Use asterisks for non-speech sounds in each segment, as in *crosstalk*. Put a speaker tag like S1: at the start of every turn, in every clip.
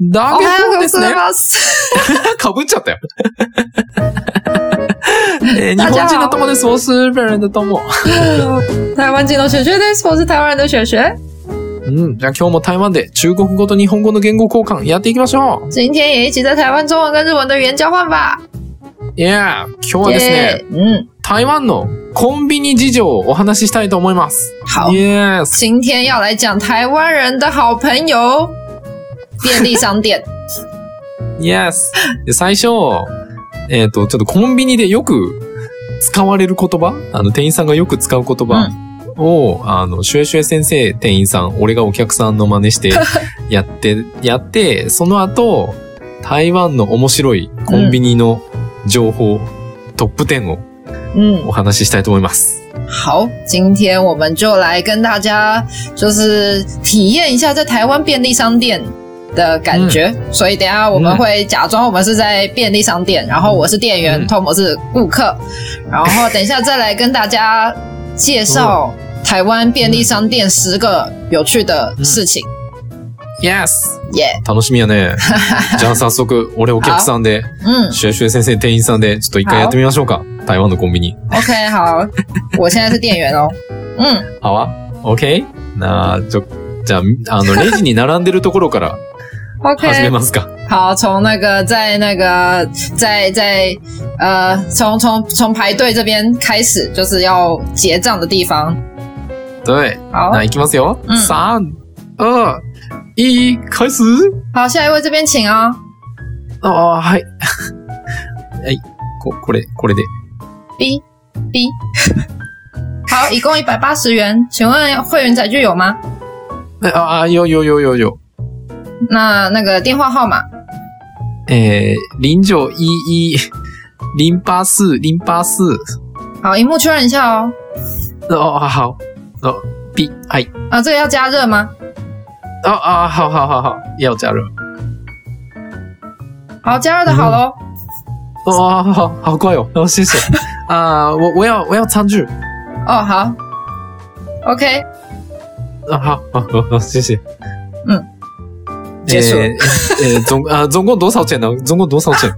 S1: ダ
S2: お
S1: ゲ
S2: は
S1: ポ
S2: よ
S1: ン
S2: うご
S1: です
S2: ざい
S1: ね。 *laughs*
S2: ます。
S1: かぶっちゃったよ。えー日本人的友です。我是日本人的友。
S2: *laughs* 台湾人の学学です。我是台湾人的学学。
S1: うん。じゃあ今日も台湾で中国語と日本語の言語交換やっていきましょう。
S2: 今天也一起在台湾中文跟日文的语言交换吧。
S1: Yeah! 今日はですね、
S2: 耶嗯，
S1: 台湾のコンビニ事情をお話ししたいと思います。
S2: 好，
S1: Yes!
S2: 今天要来讲台湾人的好朋友——便利商店。
S1: Yes! で最初、えっ、と、ちょっとコンビニでよく使われる言葉、あの、店員さんがよく使う言葉を、あの、シュエシュエ先生、店員さん、俺がお客さんの真似 *laughs* してやって、やって、その後、台湾の面白いコンビニの情報、トップ10を
S2: 嗯
S1: お，話ししたいと思います。
S2: 好，今天我们就来跟大家就是体验一下在台湾便利商店的感觉。所以等一下我们会假装我们是在便利商店，然后我是店员
S1: 嗯
S2: ，Tom、是顾客，然后等一下再来跟大家介绍台湾便利商店十个有趣的事情。
S1: Yes!
S2: 耶、
S1: 楽しみや *laughs* ね。じゃあ早速、俺お客さんで、
S2: 嗯
S1: シュエシュエ先生、店員さんで、ちょっと一回やってみましょうか。台湾のコンビニ。
S2: 嗯，OK，好，我现在是店员哦。嗯，
S1: 好啊。OK? なあ、ちょ、じゃあ、 *laughs* あの、レジに並んでるところから
S2: OK，
S1: 始めますか。
S2: 好，从那个在那个在在呃，从从从排队这边开始，就是要结账的地方。
S1: 对。
S2: 好，
S1: なあ、いきますよ。
S2: うん
S1: 三、二、一、開始
S2: 好，下一位这边请哦。
S1: ああ、はい。 *laughs* はい。こ、これ、これで。
S2: B B，好，一共一百八十元，请问会员载具有吗？
S1: えああ、よよよよよ。
S2: 那那个电话号码
S1: えー、臨場一一、リンパ数、リンパ数。
S2: 好，荧幕确认一下哦。
S1: ああ、好。あ、ピ、はい。
S2: 啊，这个要加热吗？
S1: ああ、好好好好。要加入。
S2: 好，加热的好喽。
S1: ああ、好、好快哦。谢谢。ああ、我、我要、我要餐具。
S2: 哦，好，OK，
S1: 啊，好，好，好，好，谢谢。
S2: 嗯，结束
S1: 呃呃，总啊，总共多少钱呢？总共多少钱？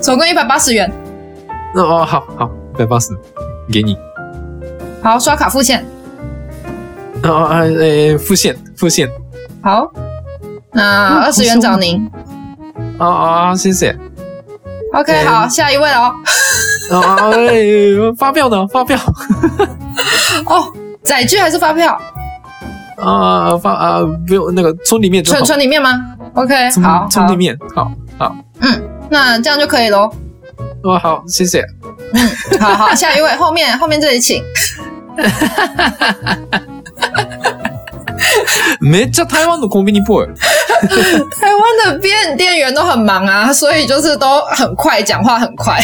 S2: 总共一百八十元。
S1: 那哦，好好，一百八十，给你。
S2: 好，刷卡付现。
S1: 啊啊，呃，付现，付现。
S2: 好，那二十元找您。
S1: 啊啊，谢谢。
S2: OK，、
S1: 嗯
S2: 好，下一位哦。
S1: 啊啊，哎发票呢？发票
S2: 哦，载具还是发票？
S1: 啊，发啊，不用那个村里面就好
S2: 存。存里面吗？OK，
S1: 村
S2: 好，
S1: 村里
S2: 好，
S1: 面，好，
S2: 那这样就可以喽。
S1: 哦，好，谢谢。
S2: 好好，下一位， *laughs* 后面后面这里请。
S1: めっちゃ台湾のコンビニっぽい。
S2: 台湾的店店员都很忙啊，所以就是都很快，讲话很快。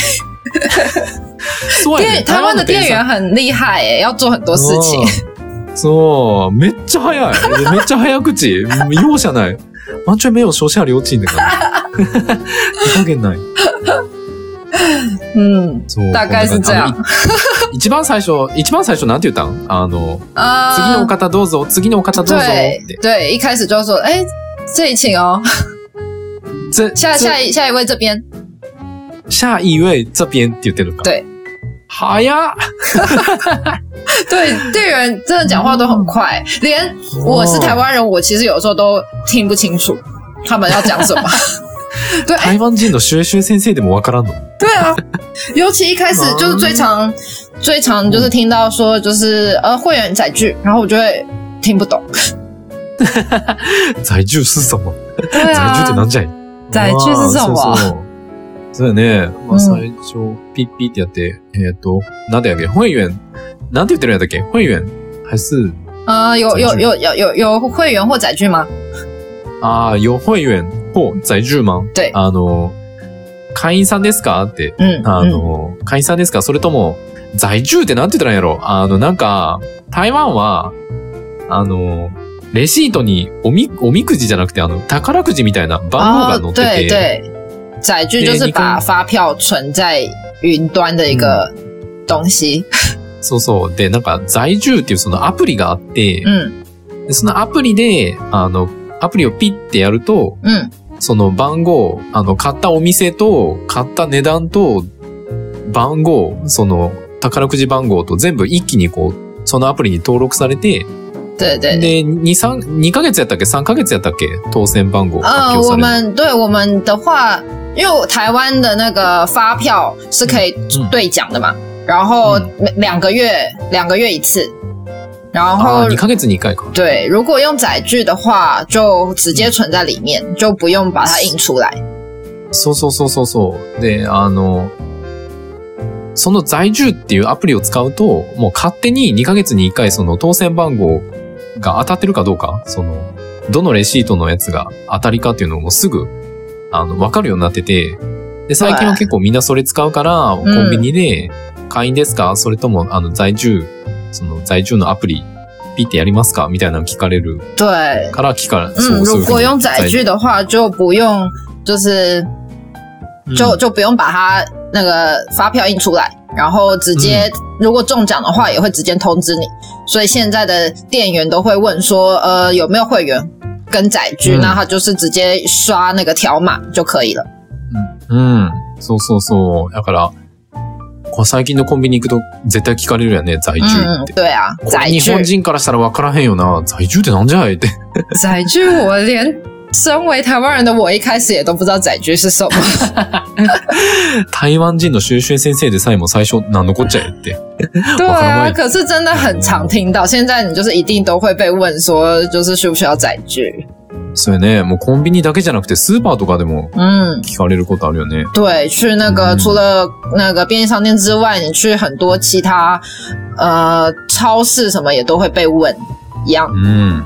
S1: そうや
S2: 店
S1: ね。
S2: 台湾的哦店
S1: 員さ
S2: 员很厉害诶、要做很多事情。
S1: うんそう、めっちゃ早い。めっちゃ早口。容赦ない。完全没有手下留情的感じ。手加減ない。
S2: 嗯，
S1: そう。
S2: 大概是这样
S1: あの。い一番最初、一番最初なんて言ったんあの、次の
S2: 呃
S1: お，方どうぞ、次のお方どうぞ
S2: 对
S1: って。
S2: 对，一开始就说，哎、这里请哦， *laughs*
S1: ぜ
S2: 下
S1: ぜ
S2: 下一下一位这边，
S1: 下一位这边って言ってるのか。
S2: 对。
S1: 早っ
S2: 对，店员真的讲话都很快，连我是台湾人，我其实有时候都听不清楚他们要讲什么。对，哎、
S1: 台湾人のシュエシュエ先生でもわからんの。
S2: *laughs* 对啊，尤其一开始就是最常、最常就是听到说就是呃会员载具，然后我就会听不懂。
S1: 在住すさま。
S2: 对
S1: 在住ってな
S2: 啊
S1: ん，じゃい
S2: 载具是什
S1: あー
S2: 么？
S1: そうそうそうだね。ま
S2: うん
S1: あ、最初、ピッピってやって、えっ、と、なんでやっけ本源。なんて言ってるんやったっけ本源。还是、
S2: 呃，有有有有有有会员或载具吗？
S1: ああ、有会员或在住マン。
S2: 对
S1: あの、会員さんですかって。
S2: 嗯
S1: あ
S2: 嗯
S1: の、会員さんですかそれとも、在住ってなんて言ったらいいんやろあの、なんか、台湾は、あの、レシートにおみ、おみくじじゃなくて、あの、宝くじみたいな番号が載って
S2: 哦对
S1: て。
S2: 对，载具就是把发票存在云端的一个东西。
S1: そうそう。で、なんか、在住っていうそのアプリがあって、
S2: 嗯。
S1: でそのアプリで、あの、アプリをピッてやると、
S2: 嗯，
S1: その番号、あの、買ったお店と、買った値段と、番号、その、宝くじ番号と全部一気にこう、そのアプリに登録されて、
S2: 对对对。
S1: で、2、3、2ヶ月やったっけ ?3 ヶ月やったっけ当選番号発
S2: 呃，
S1: 表
S2: 我
S1: される。
S2: 们对我们的话，因为我台湾的那个发票是可以
S1: 嗯
S2: 兑奖的嘛，然后
S1: 嗯
S2: 每两个月两个月一次，然
S1: あ
S2: 后
S1: あ、2ヶ月に1回か。
S2: 对，如果用载具的话，就直接存在里面，就不用把它印出来。
S1: そうそうそうそうそう。で、あの、その在住っていうアプリを使うと、もう勝手に2ヶ月に1回その当選番号が当たってるかどうか、その、どのレシートのやつが当たりかっていうのもすぐ、あの、わかるようになってて、で、最近は結構みんなそれ使うから、コ
S2: ん
S1: ンビニで、会員ですかそれとも、あの、在住、その、在住のアプリ、ピッてやりますかみたいなの聞かれる
S2: 对，
S1: から聞か、
S2: 嗯，
S1: そうそうい
S2: 如
S1: うふう
S2: 果
S1: に
S2: 用载具的话，就不用，就是
S1: うん
S2: 就就不用把它那个发票印出来，然后直接、
S1: 嗯
S2: 如果中奖的话，也会直接通知你。所以现在的店员都会问说，呃，有没有会员跟载具？
S1: 嗯
S2: 那他就是直接刷那个条码就可以了。
S1: うん。そうそうそう。だから、こう最近のコンビニ行くと絶対聞かれるよね、在住
S2: 嗯
S1: っ，て。
S2: 对啊，
S1: これ
S2: 载
S1: 日本
S2: 具，
S1: 人からしたら分からへんよな。在住ってなんじゃいって。 *laughs*
S2: 载具，我连身为台湾人的我一开始也都不知道载具是什么。
S1: 台湾人の修習先生でさえも最初何のこっちゃいって。*laughs*
S2: 对
S1: 我可能
S2: 啊，
S1: 会
S2: 可是真的很常听到，现在你就是一定都会被问说，就是需不需要载具？
S1: そうよね。もうコンビニだけじゃなくてスーパーとかでも
S2: 嗯。
S1: 聞かれることあるよね。
S2: 对，去那个、
S1: 嗯
S2: 除了那个便利商店之外，你去很多其他呃超市什么也都会被问一样。
S1: うん。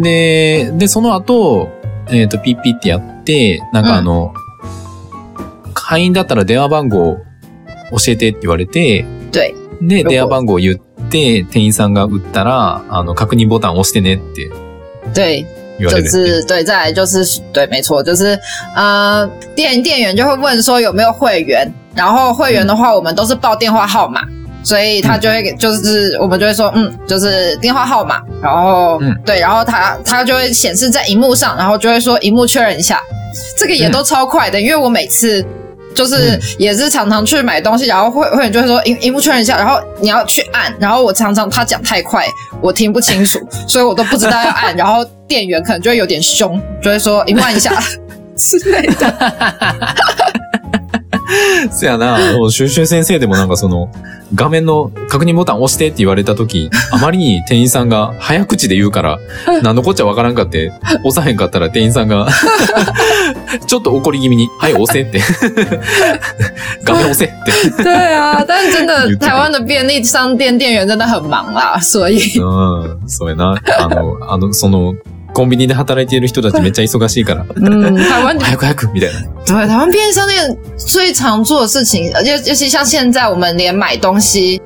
S1: で、で、その後、えっ、と、ピッピってやって、なんかあの、会員だったら電話番号教えてって言われて、
S2: 对，
S1: で、電話番号を言って、店員さんが打ったら、あの、確認ボタンを押してねって
S2: 对，
S1: 言わ
S2: 就
S1: れる。
S2: 是对，再来就是对，没错，就是呃店店员就会问说有没有会员，然后会员的话，我们都是报电话号码。所以他就会给就是我们就会说，嗯，就是电话号码，然后、
S1: 嗯
S2: 对，然后他他就会显示在荧幕上，然后就会说荧幕确认一下，这个也都超快的，因为我每次就是
S1: 嗯
S2: 也是常常去买东西，然后会会员就会说荧荧幕确认一下，然后你要去按，然后我常常他讲太快，我听不清 *laughs* 楚，所以我都不知道要按，然后店员可能就会有点凶，就会说荧幕按一下之类的。
S1: そやな、もうシュシュ先生でもなんかその、画面の確認ボタン押してって言われた時、あまりに店員さんが早口で言うから、何のこっちゃわからんかって、押さへんかったら店員さんが、ちょっと怒り気味に、はい、押せって。 *laughs* 画面押せって。
S2: *laughs* 对啊，但真 *laughs* 的
S1: 有这个
S2: 台湾的便利商店店员真的很忙啦，所以
S1: うん、そうやな。あの、あの、その、コンビニで働いている人たちめっちゃ忙しいから、
S2: 嗯，台湾
S1: 早く早くみたいな。
S2: 对，台湾便利商店最常做的事情，而且尤其像现在，我们连买东西，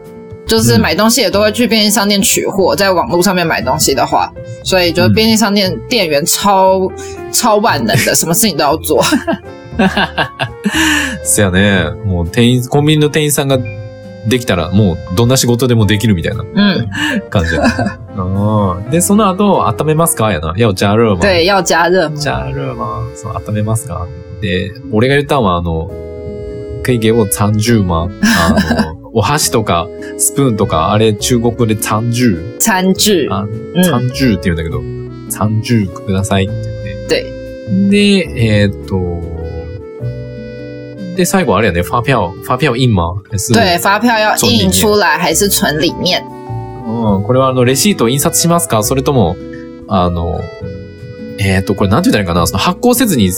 S2: 就是
S1: 嗯
S2: 买东西也都会去便利商店取货，在网络上面买东西的话，所以就是
S1: 嗯
S2: 便利商店店员超、超万能的，什么事情都要做。
S1: そやね。もう店員、コンビニの店員さんができたら、もうどんな仕事でもできるみたいな
S2: 嗯，
S1: 感じやな。うんで、その後、温めますかやな。いや、ジャルーマン。
S2: 对，要加热吗？
S1: ジャルーマン。そう、温めますかで、俺が言ったのは、あの、クイゲを30万。あの、お箸とか、スプーンとか、あれ、中国語で30、
S2: 餐具，
S1: あ
S2: 嗯，
S1: 30って言うんだけど、30くださいって言って。
S2: 对，
S1: で、えーっと、で、最後あれやね、ファピャオ、ファピャオインマーです。
S2: 对，发票要
S1: 存里
S2: 印
S1: 面
S2: 出来还是存里面？
S1: うん、これはあの、レシートを印刷しますかそれとも、あの、えっ、と、これなんて言ったらいいかなその発行せずに、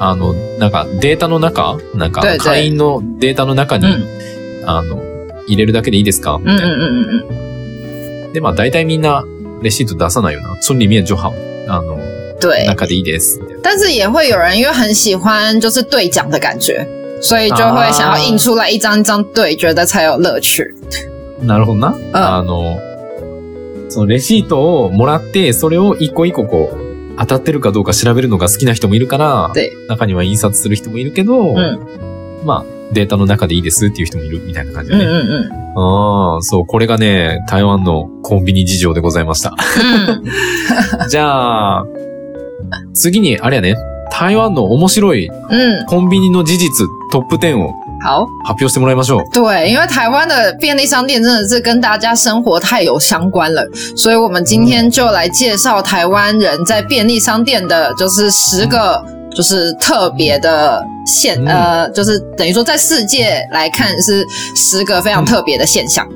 S1: あの、なんかデータの中なんか
S2: 对对
S1: 会員のデータの中に、
S2: 嗯
S1: あの、入れるだけでいいですかみたい
S2: 嗯
S1: な。
S2: 嗯嗯嗯嗯，
S1: で、まあ大体みんなレシート出さないよな。村里面就好。あの、
S2: 对。
S1: 中でいいです。みたいな
S2: 但是也会有人因为很喜欢就是兑奖的感觉，所以就会想要印出来一张一张对，觉得才有乐趣。
S1: なるほどな。あ
S2: 嗯，
S1: の、そのレシートをもらって、それを一個一個こう、当たってるかどうか調べるのが好きな人もいるから
S2: で、
S1: 中には印刷する人もいるけど、まあ、データの中でいいですっていう人もいるみたいな感じだ
S2: 嗯
S1: ね。
S2: 嗯嗯
S1: ああ、そう、これが *laughs* ね、台湾のコンビニ事情でございました。
S2: 嗯，
S1: じゃあ、次に、あれやね、台湾の面白い
S2: 嗯，
S1: コンビニの事実トップ10を
S2: 好。
S1: 発表してもらいましょう。
S2: 对，因为台湾的便利商店真的是跟大家生活太有相关了，所以我们今天就来介绍台湾人在便利商店的，就是十个就是特别的现，
S1: 嗯
S2: 呃，就是等于说在世界来看是十个非常特别的现象。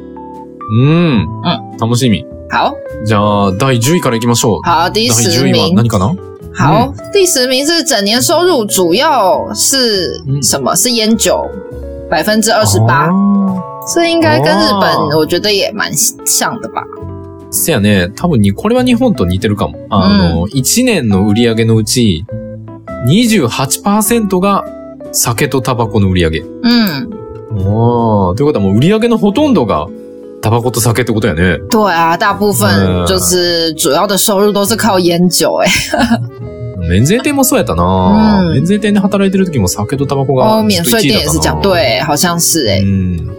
S1: うん。楽しみ。
S2: 好，
S1: じゃあ、第10位からいきましょう。
S2: 好，
S1: 第
S2: 第十
S1: 10位は
S2: 名，
S1: 何かな
S2: 好，
S1: 嗯
S2: 第十名是整年收入主要是
S1: 嗯哦
S2: 什么？是烟酒，百分之二十八，
S1: あ
S2: 这应该跟日
S1: 哦
S2: 本我觉得也蛮像的吧？
S1: ーせやね、多分に、これは日本と似てるかも。あの、1年の売り上げのうち、28%が酒とタバコの売り上げ。
S2: 嗯。
S1: おーということはもう売り上げのほとんどがタバコと酒ってことやね。
S2: 对啊，大部分
S1: 嗯
S2: 就是主要的收入都是靠烟酒、欸，
S1: 免税店もそうやったな、
S2: うん
S1: 免税店で働いてる時も酒とタバコが
S2: 哦，免
S1: ずっと1
S2: 税
S1: 位
S2: 店
S1: だっ
S2: 也
S1: た
S2: 是
S1: な
S2: 讲，对，好像是
S1: 嗯
S2: 哎、欸
S1: うん。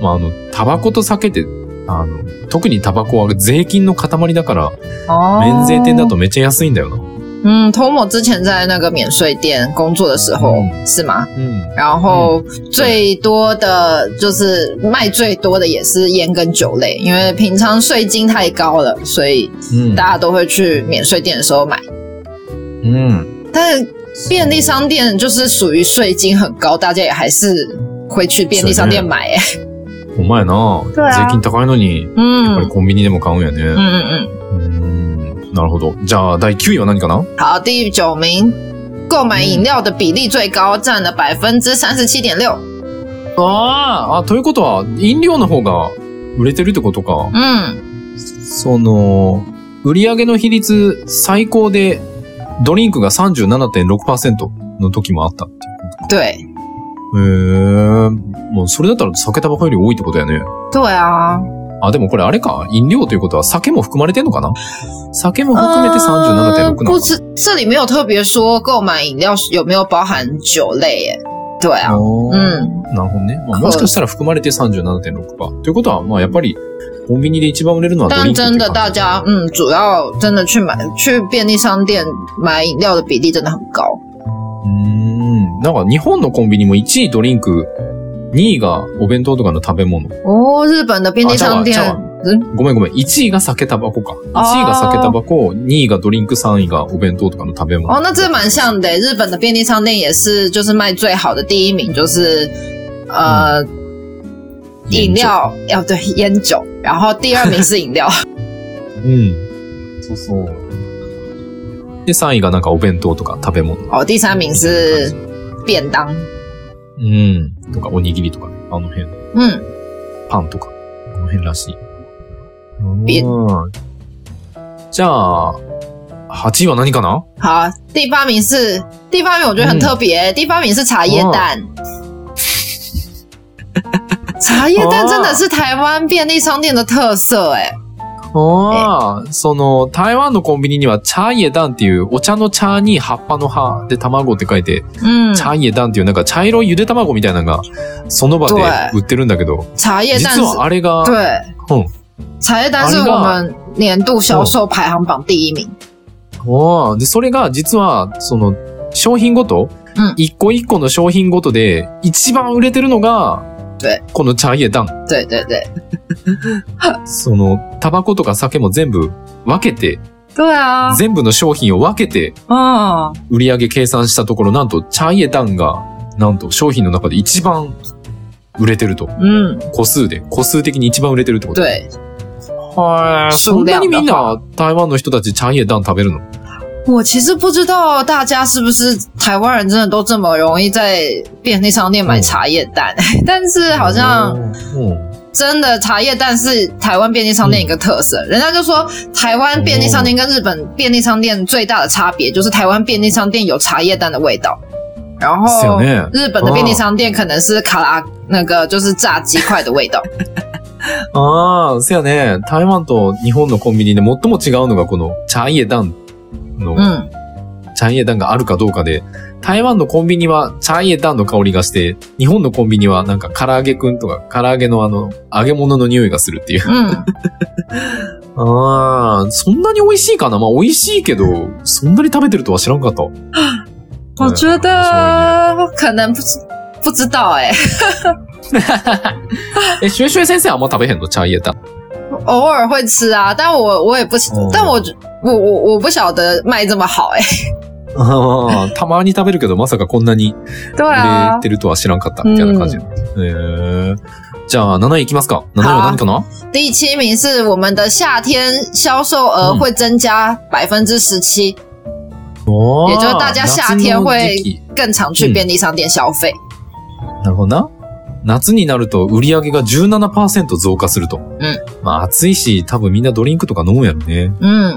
S1: まあ、あの、タバコと酒って、あの、特にタバコは税金の塊だから、
S2: 哦
S1: 免税店だとめっちゃ安いんだよな。
S2: 嗯，Tomo 之前在那个免税店工作的时候、
S1: 嗯
S2: 是吗？
S1: うん。
S2: 然后最多的就是卖最多的也是烟跟酒类，因为平常税金太高了，所以
S1: うん。
S2: 大家都会去免税店的时候买。
S1: うん。
S2: 但便利商店就是属于税金很高，大家也还是会去便利商店买、欸。
S1: ほんまやな
S2: そうや
S1: 税金高いのに、やっ
S2: 嗯
S1: ぱりコンビニでも買うんやね。
S2: 嗯嗯嗯。
S1: うん。なるほど。じゃあ、第9位は何かな
S2: 好，第九名，购买饮料的比例最高，占了百分之三十七点六。
S1: あーあ、ということは、飲料の方が売れてるってことか。
S2: 嗯，
S1: その、売り上げの比率最高で、ドリンクが37.6%の時もあったって
S2: 对，
S1: いう。へえ。もうそれだったら酒タバコより多いってことやね。
S2: 对啊，
S1: あ、でもこれあれか。飲料ということは酒も含まれてんのかな酒も含めて37.6なの
S2: 呃
S1: かな、
S2: 不知这里没有特别说购买饮料有没有包含酒类耶。对啊，
S1: おー
S2: 嗯，
S1: なるほどね。まあ、もしかしたら含まれて37.6%。ということは、まあやっぱり、コンビニで一番売れるのはドリ
S2: 但
S1: ンクっていう
S2: 真的
S1: 感
S2: 大
S1: じ
S2: 家嗯，主要真的去买去便利商店买饮料的比例真的很高。
S1: うーん。なんか日本のコンビニも1位ドリンク、2位がお弁当とかの食べ物。
S2: 哦，日本的便利商店
S1: 啊这样吧
S2: 嗯
S1: ごめんごめん。1位が酒タバコか。1
S2: あー
S1: 位が酒タバコ、2位がドリンク、3位がお弁当とかの食べ物。
S2: 哦，那这蛮像的耶。日本的便利商店也是，就是卖最好的第一名就是呃、饮料，要对烟酒，然后第二名是饮料。 *laughs*
S1: うん。そうそう。で、3位がなんかお弁当とか食べ物。
S2: 哦，第三名是便当。
S1: うん。とか、おにぎりとかね。あの辺。
S2: 嗯，
S1: パンとか。この辺らしい。
S2: え
S1: うん。じゃあ、8位は何かな
S2: 好，第八名是第八名，我觉得很特别、第八名是茶叶蛋。茶叶蛋真的是台湾便利商店的特色哎、
S1: ああ、その、台湾のコンビニには、チャイエダンっていう、お茶の茶に葉っぱの葉で卵って書いて、
S2: 嗯，
S1: チャイエダンっていうなんか茶色いゆで卵みたいなのが、その場で売ってるんだけど、
S2: 茶叶蛋
S1: 実
S2: 是
S1: はあれが、
S2: 对，
S1: 嗯
S2: 茶叶蛋是我们年度销售排行榜第一名。
S1: おーで、それが実は、その、商品ごと、
S2: うん
S1: 一個一個の商品ごとで、一番売れてるのが
S2: 对、
S1: このチャイエダン。
S2: 对对对，
S1: その、タバコとか酒も全部分けて、
S2: 对啊，
S1: 全部の商品を分けて、
S2: 嗯，
S1: 売り上げ計算したところ、なんと、チャイエダンが、なんと、商品の中で一番売れてると。
S2: 嗯，
S1: 個数で、個数的に一番売れてるってこと。
S2: 对，
S1: はいそんなにみん
S2: 数量
S1: な、台湾の人たち、チャイエダン食べるの
S2: 我其实不知道大家是不是台湾人真的都这么容易在便利商店买茶叶蛋，哎但是好
S1: 嗯
S2: 像
S1: うん。
S2: 真的茶叶蛋是台湾便利商店一个特色。人家就说台湾便利商店跟日本便利商店最大的差别就是台湾便利商店有茶叶蛋的味道，然
S1: です
S2: 后
S1: よね。
S2: 日本的便利商店可能是卡拉那个就是炸鸡块的味道。
S1: ああ、せやね。台湾と日本のコンビニで最も違うのがこの、チャイエダンの、
S2: 嗯，
S1: チャイエダンがあるかどうかで、台湾のコンビニはチャイエダンの香りがして、日本のコンビニはなんか唐揚げくんとか、唐揚げのあの、揚げ物の匂いがするっていう。
S2: 嗯，
S1: *laughs* ああ、そんなに美味しいかなまあ美味しいけど、そんなに食べてるとは知らんかった。
S2: 我觉得可能不知不知道哎、
S1: え、学学先生あんま食べへんの茶叶蛋。
S2: 偶尔会吃啊，但我我也不，
S1: 哦
S2: 但我我我我不晓得卖这么好哎、
S1: あ *laughs* ーたまに食べるけど、まさかこんなに
S2: 对
S1: 売
S2: 啊
S1: れ，てるとは知らんかった。みたいな感じ。へえ。じゃあ、7位いきますか。7位は何かな
S2: 第七名是我们的夏天销售额会增加百分之十七，
S1: おー
S2: 也就是大家夏天会
S1: 夏の時期
S2: 更常去便利商店消费。
S1: なるほどな。夏になると売り上げが17%増加すると。うん。まあ暑いし、多分みんなドリンクとか飲むやろね。
S2: 嗯，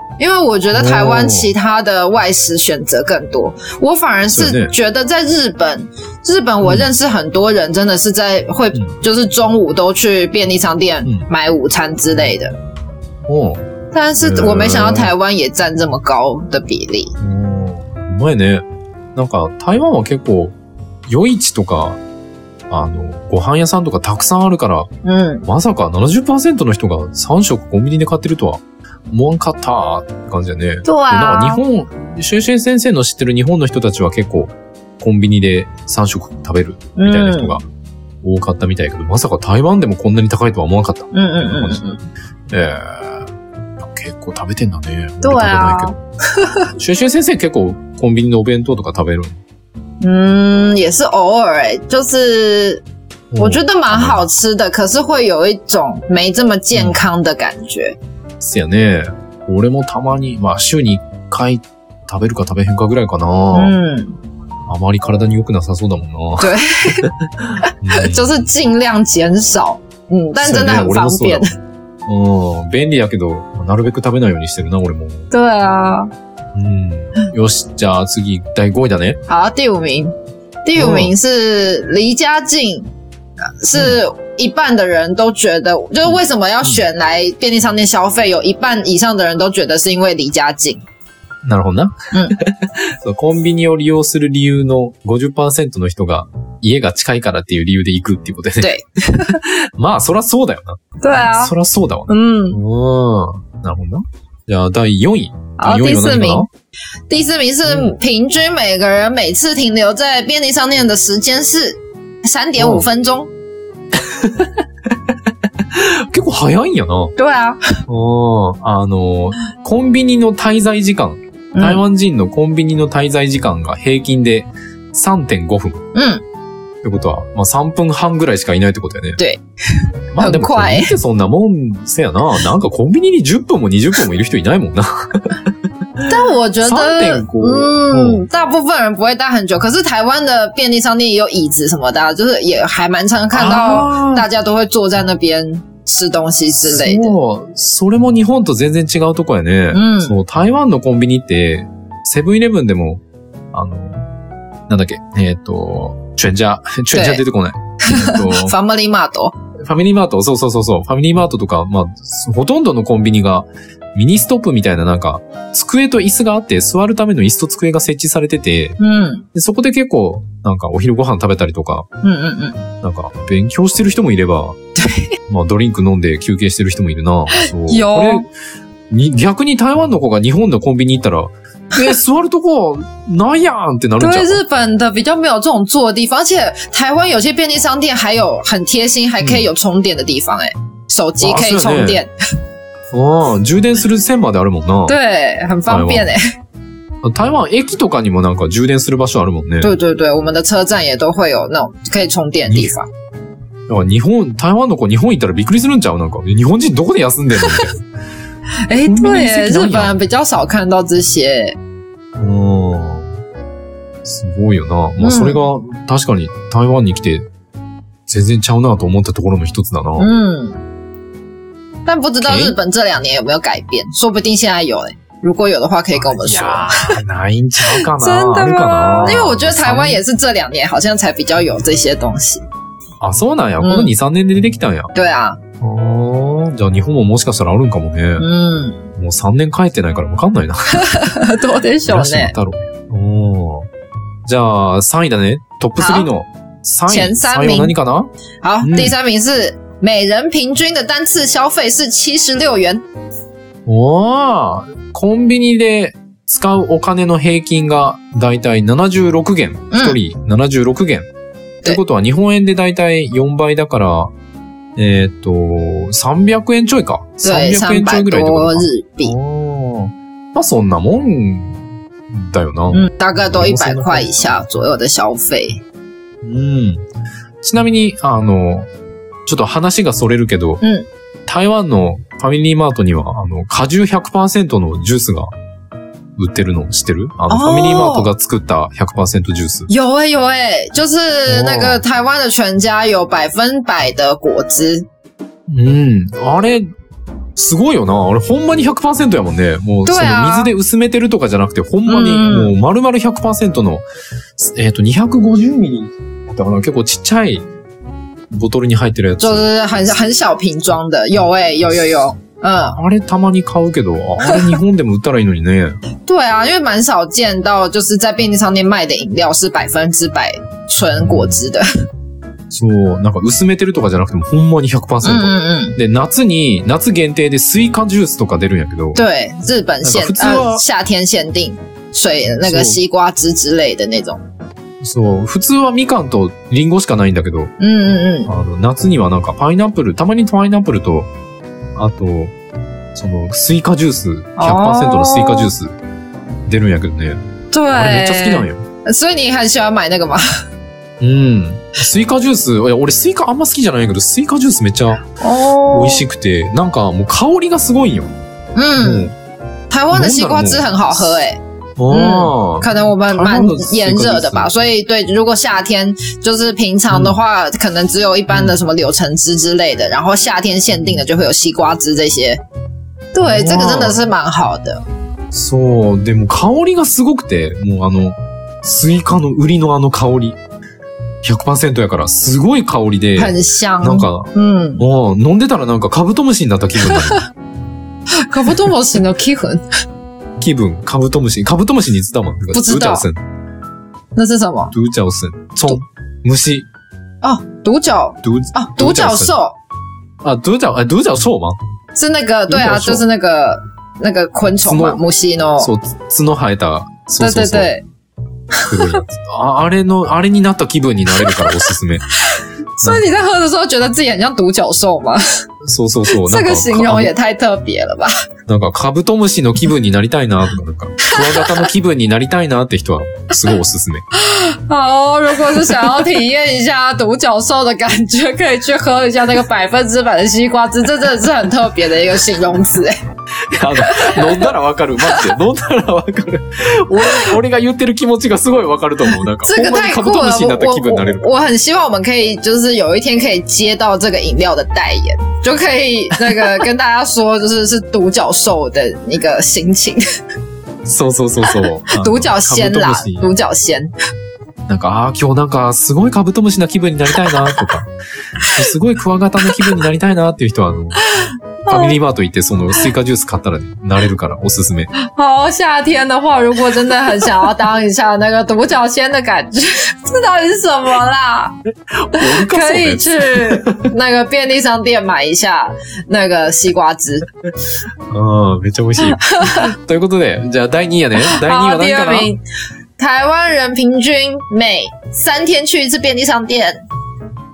S2: 因为我觉得台
S1: 哦
S2: 湾其他的外食选择更多，我反而
S1: 对
S2: 是
S1: 对
S2: 觉得在日本，日本我认识很多人真的是在会
S1: 嗯
S2: 就是中午都去便利商店
S1: 嗯
S2: 买午餐之类的，
S1: コンビニ。
S2: 但是
S1: 嗯
S2: 我没想到台湾也占这么高的比例。
S1: うん。うまいね。なんか、台湾は結構、夜市とか、あの、ご飯屋さんとかたくさんあるから、
S2: 嗯，
S1: まさか70%の人が3食コンビニで買ってるとは思わんかったって感じだね。で
S2: 对
S1: なんか
S2: 啊，
S1: 日本、シュウシュウ先生の知ってる日本の人たちは結構コンビニで3食食べるみたいな人
S2: 嗯
S1: が多かったみたいだけど、まさか台湾でもこんなに高いとは思わなかった。
S2: 嗯嗯嗯嗯，
S1: えー、結構食べてんだね。
S2: 对啊
S1: 俺食べないけど。シュウシュウ先生結構コンビニのお弁当とか食べる
S2: 嗯，也是偶尔哎、就是我觉
S1: 得。
S2: 得蛮好吃的，可是会有一种没这么健康的感觉。
S1: せやね。俺もたまに、まあ週に1回食べるか食べへんかぐらいかな。
S2: 嗯。
S1: あまり体に良くなさそうだもんな。うん *laughs*
S2: 就是尽量减少。嗯，但真的很方
S1: そ
S2: 便。
S1: うね俺もそうだうん、便利やけど、まあなるべく食べないようにしてるな、俺も。
S2: 对啊，
S1: うん。よし、じゃあ次、第5位だね。
S2: 好，第五名，第五名是离家近，是一半的人都觉得，就是为什么要选来便利商店消费，有一半以上的人都觉得是因为离家近。
S1: なるほどな。
S2: うん
S1: *laughs* そうコンビニを利用する理由の50%の人が、家が近いからっていう理由で行くっていうことでね。 *laughs* まあ、そらそうだよ
S2: 对
S1: な。
S2: 啊，
S1: そらそうだわな。
S2: 嗯，
S1: うん。なるほどな。じゃあ、第4位。第
S2: 好，
S1: 4
S2: 第
S1: 位は
S2: 四
S1: 何か
S2: 名
S1: な。
S2: 第四名是
S1: 嗯
S2: 平均每个人每次停留在便利商店的时间是三点五
S1: 哦
S2: 分钟。
S1: 結構早いんやな。うん。
S2: 对啊，
S1: あの、コンビニの滞在時間。台
S2: 嗯
S1: 湾人のコンビニの滞在時間が平均で3.5分。
S2: 嗯，
S1: ってことは、まあ3分半ぐらいしかいないってこと
S2: *laughs*
S1: だよね。
S2: 对。
S1: まあでも、
S2: 怖い
S1: 見てそんなもん、せやな。なんかコンビニに10分も20分もいる人いないもん
S2: *laughs*
S1: な。
S2: 但我觉得，
S1: 3.5
S2: 嗯，
S1: 嗯
S2: 大部分人不会待很久。可是台湾的便利商店也有椅子什么的啊、就是也还蛮常看到
S1: あー
S2: 大家都会坐在那边吃东西之类的。
S1: そう。それも日本と全然違うとこやね。
S2: うん
S1: そう、台湾のコンビニって、セブンイレブンでも、あの、なんだっけ、えっ、と、チュンジャー、チュンジャー出てこない。えっと
S2: *laughs* Family Mart，哦
S1: ファミリーマート、そうそうそうそう、ファミリーマートとか、まあ、ほとんどのコンビニが、ミニストップみたいななんか、机と椅子があって、座るための椅子と机が設置されてて、
S2: 嗯
S1: でそこで結構、なんかお昼ご飯食べたりとか、
S2: 嗯嗯嗯，
S1: なんか勉強してる人もいれ
S2: *laughs*
S1: ば、まあドリンク飲んで休憩してる人もいるな。そう
S2: いやー
S1: これに逆に台湾の子が日本のコンビニ行ったら、え、座るとこないやんってなるんじゃ
S2: 对
S1: ん。
S2: 日本的比较没有这种坐的地方，而且台湾有些便利商店还有很贴心，还可以有充电的地方、欸，哎，手机
S1: 哇
S2: 可以
S1: 是呢
S2: 充电，
S1: ああ、充电する線まであるもんな。
S2: 对，很方便哦哎、
S1: 台湾駅とかにもなんか充電する場所あるもんね。
S2: 对对对，我们的车站也都会有那种可以充电的地方。
S1: だから日本、台湾の子日本行ったらびっくりするんちゃうなんか、え日本人どこで休んでんのみたい
S2: 哎、
S1: 嗯
S2: 对
S1: 那
S2: 耶，
S1: 是比较
S2: 日本人比较少看到这些。哎
S1: な。うん。すごいよな。ま
S2: うん
S1: あそれが確かに台湾に来て全然ちゃうなと思ったところの一つだな。
S2: 嗯，但不知道
S1: OK
S2: 日本这两年有没有改变，说不定现在有嘞。欸如果有的话，可以跟我们
S1: 哎い
S2: 说。
S1: やーないんちゃうかな
S2: 真的
S1: あるか
S2: 吗
S1: な？
S2: 因为我觉得台湾也是这两年好像才比较有这些东西。
S1: あ、そうなんや。
S2: うん
S1: この2、3年で出てきたんや。
S2: 对啊，
S1: ああ、じゃあ日本ももしかしたらあるんかもね。
S2: 嗯， *laughs*
S1: もう3年帰ってないからわかんないな。
S2: 多点小
S1: 浦
S2: 呢，
S1: 島太郎。おーじゃあ、3位だね。トップ3の3位。
S2: 前三
S1: 3位は
S2: 名
S1: 何かな
S2: 好，
S1: 嗯
S2: 第三名是每人平均的单次消费是七十六元。
S1: おーコンビニで使うお金の平均がだいたい76元。
S2: うん
S1: 1人76元。ってことは日本円でだいたい4倍だから、えーっと、300円ちょいか。
S2: 对，
S1: 300
S2: 三
S1: 円ちょ
S2: 百
S1: いぐらいってこと
S2: 多
S1: か。哦
S2: 日币，
S1: おーまあそんなもんだよな。
S2: 嗯，大概都一百块以下左右的消费。
S1: うん。ちなみに、あの、ちょっと話がそれるけど、
S2: うん
S1: 台湾のファミリーマートには、あの、果汁100%のジュースが売ってるの知ってるあの、
S2: あ
S1: フ
S2: ー
S1: ァミリーマートが作った100%ジュース。
S2: 有哎、有哎、就是那个台湾的全家有百分百的果汁，
S1: うん。あれ、すごいよな。あれ、ほんまに100%やもんね。もう、
S2: どう
S1: そ
S2: や
S1: の水で薄めてるとかじゃなくて、ほんまに、
S2: うんうん
S1: もう、丸々100%の、えっ、と、250ミリだったかな。結構ちっちゃいボトルに入ってるやつ。
S2: 就是很很小瓶装的。有哎、有有有，嗯，
S1: あれたまに買うけど、あれ日本でも売ったらいいのにね。 *laughs*
S2: 对啊，因为蛮少见到就是在便利商店卖的饮料是百分之百纯果汁的。
S1: そう、なんか薄めてるとかじゃなくてもほんまに
S2: 嗯
S1: 100%。
S2: 嗯嗯，
S1: で、夏に、夏限定でスイカジュースとか出るんやけど、
S2: *laughs* 对，日本
S1: 那
S2: 限
S1: 个不知啊嗯道
S2: 呃夏天限定水那个
S1: 是
S2: 西瓜汁之类的那种。
S1: そう、普通はみかんとリンゴしかないんだけど、
S2: 嗯嗯
S1: あの、夏にはなんかパイナップル、たまにパイナップルと、あと、その、スイカジュース、100%のスイカジュース出るんやけどね。
S2: 嗯，对，
S1: あれめっちゃ好きなんよ。
S2: 所以你很喜欢买那个吗？
S1: うん。スイカジュース、いや、俺スイカあんま好きじゃないけど、スイカジュースめっちゃ
S2: 哦
S1: 美味しくて、なんかもう香りがすごいんよ。もう
S2: 嗯，台湾的西瓜汁很好喝哎、
S1: 哦，
S2: 可能我们蛮炎热
S1: 台湾的西
S2: 的
S1: 瓜
S2: 吧，
S1: 汁
S2: 所以对，如果夏天就是平常的话，可能只有一般的什么柳橙汁之类的，然后夏天限定的就会有西瓜汁这些。对，这个真的是蛮好的。
S1: そう、でも香りがすごくて、もうあの、スイカの売りのあの香り、100%やから、すごい香りで、
S2: 很香。
S1: なんか、
S2: 嗯，
S1: もう飲んでたらなんかカブトムシになった気分になる。
S2: 可不多么行的 K 魂，
S1: *laughs* 気分、カブトムシ。カブトムシにつだもん。
S2: 不知
S1: ドゥ
S2: 道
S1: ーチャオセン、
S2: 那是什么？
S1: ドゥーチャオセン、ツォン、虫、
S2: 哦，独角
S1: ドゥー
S2: 啊，独角。兽
S1: ドゥーチャオセンあ、ドゥーチャオ、あ、ドゥーチャオソウマ
S2: 是那个对
S1: 独
S2: 啊，
S1: 角兽
S2: 就是那个那个昆虫嘛，
S1: 什么
S2: 母犀喏。
S1: そう、角生えた、そ
S2: 对
S1: うそ
S2: 对
S1: うそう。
S2: 对，
S1: 黒いやつああれの、あれになった気分になれるからおす *laughs* すめ。
S2: 所以你在喝的时候觉得自己很像独角兽吗？
S1: そうそうそう。な
S2: 这
S1: んか
S2: 个形容也太特别了吧！
S1: なんかカブトムシの気分になりたいなとか、なんかクワガタの気分になりたいなって人はすごいおすすめ。
S2: 好、哦如果是想要体验一下独角兽的感觉，可以去喝一下那个百分之百的西瓜汁，这真的是很特别的一个形容词。哎
S1: あの、飲んだらわかる。マジで。飲んだらわかる。俺、俺が言ってる気持ちがすごいわかると思う。なんか、
S2: 这
S1: ほ
S2: 个
S1: んまに
S2: 太
S1: カブ
S2: 酷
S1: トム
S2: 了
S1: シになった気分になれる
S2: 我。我我很希望我们可以就是有一天可以接到这个饮料的代言，就可以那个跟大家说，就是是独角兽的一个心情，
S1: そうそうそうそう。あの
S2: *laughs* 独角仙啦
S1: カブトムシ，
S2: 独角仙。
S1: なんか、ああー、今日なんか、すごいカブトムシな気分になりたいなとか、すごいクワガタの気分になりたいなっていう人は、あの、ファミリーマート行って、その、スイカジュース買ったら、ね、なれるから、おすすめ。
S2: 好，夏天的话，如果真的很想要当一下那个独角仙的感觉， *laughs* 这到底是什么啦？
S1: 俺かそう
S2: 可以
S1: ね
S2: 去 *laughs* 那个便利商店买一下那个西瓜汁。
S1: うん、めっちゃ美味しい。 *laughs* ということで、じゃあ第2位やね。 *laughs* 第2位
S2: 好，
S1: は何
S2: 第
S1: か
S2: 二
S1: な
S2: 名，台湾人平均每三天去一次便利商店。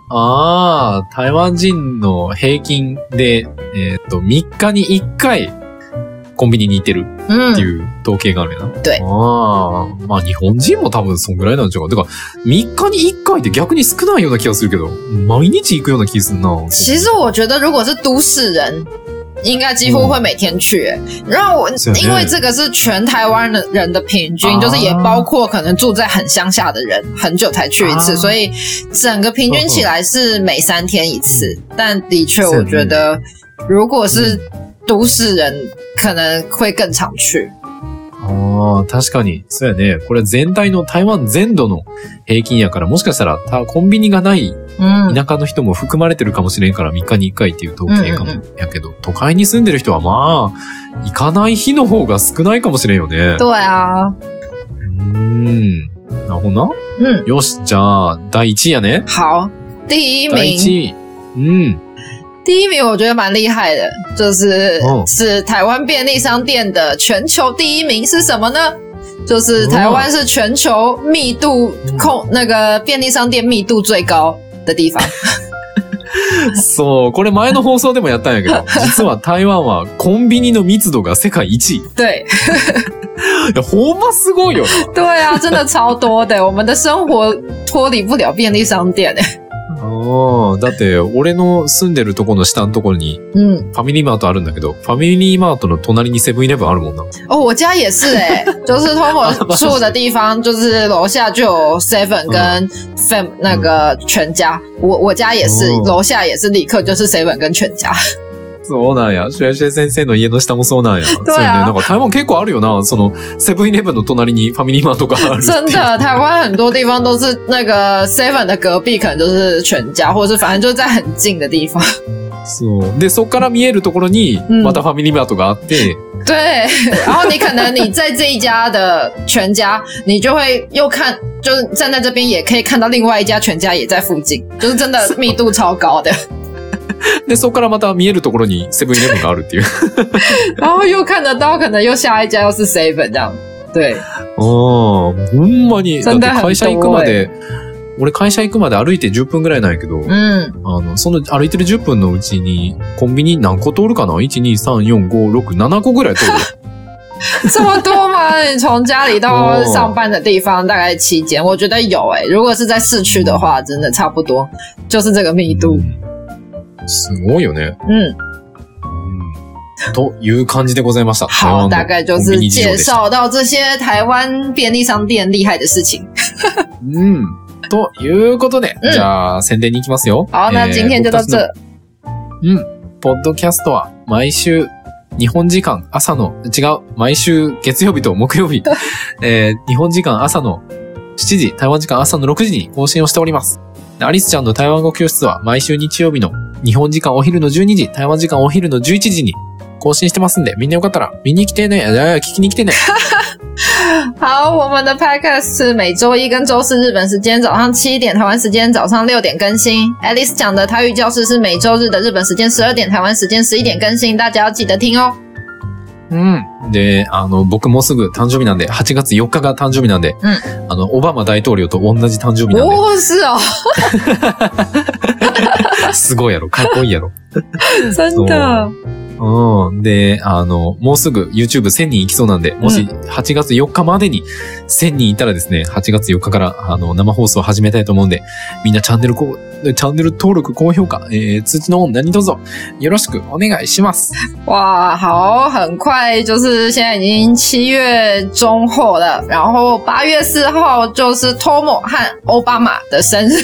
S1: ああ、台湾人の平均で、えーっと、3日に1回、コンビニに行ってる
S2: 嗯
S1: っていう統計があるよな。あ
S2: 对
S1: あ、まあ日本人も多分そんぐらいなんちゃうか。てか、3日に1回って逆に少ないような気がするけど、毎日行くような気がするな。
S2: 其实我觉得，如果是都市人，应该几乎会每天去、欸。然后我
S1: 是啊
S2: 因为这个是全台湾的人的平均，
S1: 啊
S2: 就是也包括可能住在很乡下的人，很久才去一次，
S1: 啊
S2: 所以整个平均起来是每三天一次。但的确，我觉得如果是都市人，可能会更常去。
S1: ああ、確かに。そうやね。これ全体の台湾全土の平均やから、もしかしたらたコンビニがない
S2: うん。
S1: 田舎の人も含まれてるかもしれんから、3日に1回っていう統計かも
S2: うん。
S1: やけど、都会に住んでる人はまあ、行かない日の方が少ないかもしれんよね。
S2: 对啊，
S1: うーん。なるほどな。
S2: 嗯，
S1: よし、じゃ啊，第一位やね。
S2: 好，第一
S1: 第
S2: 名，
S1: 一位。うん。
S2: 第一名我觉得蛮厉害的，就是、
S1: 哦
S2: 是台湾便利商店的全球第一名是什么呢？就是台湾是全球密度
S1: 嗯
S2: 控、那个便利商店密度最高的地方。
S1: そう、これ前の放送でもやったんやけ
S2: *laughs*
S1: ど、実は台湾はコンビニの密度が世界一位。い
S2: 对
S1: や、ほんますごいよな。
S2: 对啊，真的超多的，我们的生活脱离不了便利商店、欸。
S1: ああ、だって、俺の住んでるとこの下のところに、
S2: 嗯，
S1: ファミリーマートあるんだけど、ファミリーマートの隣にセブンイレブンあるもんな。
S2: 哦，我家也是哎、就是通我住的地方，就是楼下就有 Seven 跟 Fam 那个全家，我我家也是
S1: 哦，
S2: 楼下也是立刻就是 Seven 跟全家。
S1: そうなんや。シュエシュエ先生の家の下もそう *laughs* なんや。そうやね。なんか台湾結構あるよな。その、セブンイレブンの隣にファミリーマートがあるっていう。
S2: 真的，台湾很多地方都是那个 Seven 的隔壁，可能就是全家，或者是反正就是在很近的地方。
S1: そう。で、そっから見えるところに、
S2: うん
S1: またファミリーマートがあって、
S2: 对，然后你可能你在这一家的全家，你就会又看，就是站在这边也可以看到另外一家全家也在附近，就是真的密度超高的。
S1: で、そっからまた見えるところにセブンイレブンがあるって *laughs* いう。
S2: *laughs* 然后又看得到，可能又下一家又是 Seven 这样。对，
S1: ああ、ほんまに。だっ
S2: そん
S1: て
S2: な
S1: 会社行くま
S2: は
S1: で、俺会社行くまで歩いて10分ぐらいなんやけど、
S2: 嗯，
S1: あの、その歩いてる10分のうちに、コンビニ何個通るかな ?1,2,3,4,5,6,7 個ぐらい通 *laughs* る。
S2: 这么多吗？你从家里到
S1: 哦
S2: 上班的地方大概期间，我觉得有诶、如果是在市区的话，真的差不多，就是这个密度。
S1: うんすごいよね。う
S2: 嗯。
S1: んという感じでございました。台湾の
S2: 好，大概就
S1: コンビ
S2: 是
S1: ニ事情で
S2: 介
S1: した。
S2: 绍到这些台湾便利商店厉害的事情。
S1: うん。ということで、
S2: うん
S1: じゃあ宣伝に行きますよ。
S2: 好，那
S1: えー
S2: 今天就到
S1: 僕たちの
S2: 这。
S1: ポッドキャストは毎週日本時間朝の、違う、毎週月曜日と木
S2: *laughs*
S1: 曜日、えー日本時間朝の7時、台湾時間朝の6時に更新をしております。でアリスちゃんの台湾語教室は毎週日曜日の日本時間お昼の12時、台湾時間お昼の11時に更新してますんで、みんなよかったら見に来てね、いやいや聞きに来てね。
S2: 好，我们的 podcast 是每周一跟周四日本时间早上七点，台湾时间早上六点更新。Alice 讲的台语教室是每周日的日本时间十二点，台湾时间十一点更新，大家要记得听哦。
S1: うん。で、あの、僕もうすぐ誕生日なんで、8月4日が誕生日なんで、
S2: うん
S1: あの、オバマ大統領と同じ誕生日なんで、
S2: 哦，是 *laughs* 哦，
S1: すごいやろ、かっこいいやろ。
S2: 真的，
S1: うん。で、あの、もうすぐ YouTube 1000人行きそうなんで、もし8月4日までに1000人いたらですね、8月4日からあの生放送を始めたいと思うんで、みんなチャンネルこう、チャンネル登録、高評価、えー、通知のオン何卒よろしくお願いし *laughs* ます。
S2: 哇，好，很快就是现在已经七月中后了，然后八月四号就是 Tomo 和奥巴马的生日。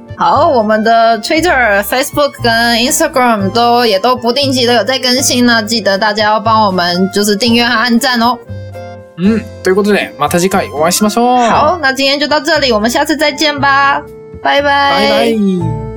S2: 好，我们的 Twitter、Facebook 跟 Instagram 都也都不定期的有在更新呢，记得大家要帮我们就是订阅和按赞哦。
S1: うん。ということで、また次回お会いしましょう。
S2: 好，那今天就到这里，我们下次再见吧，拜拜。
S1: バイバイ。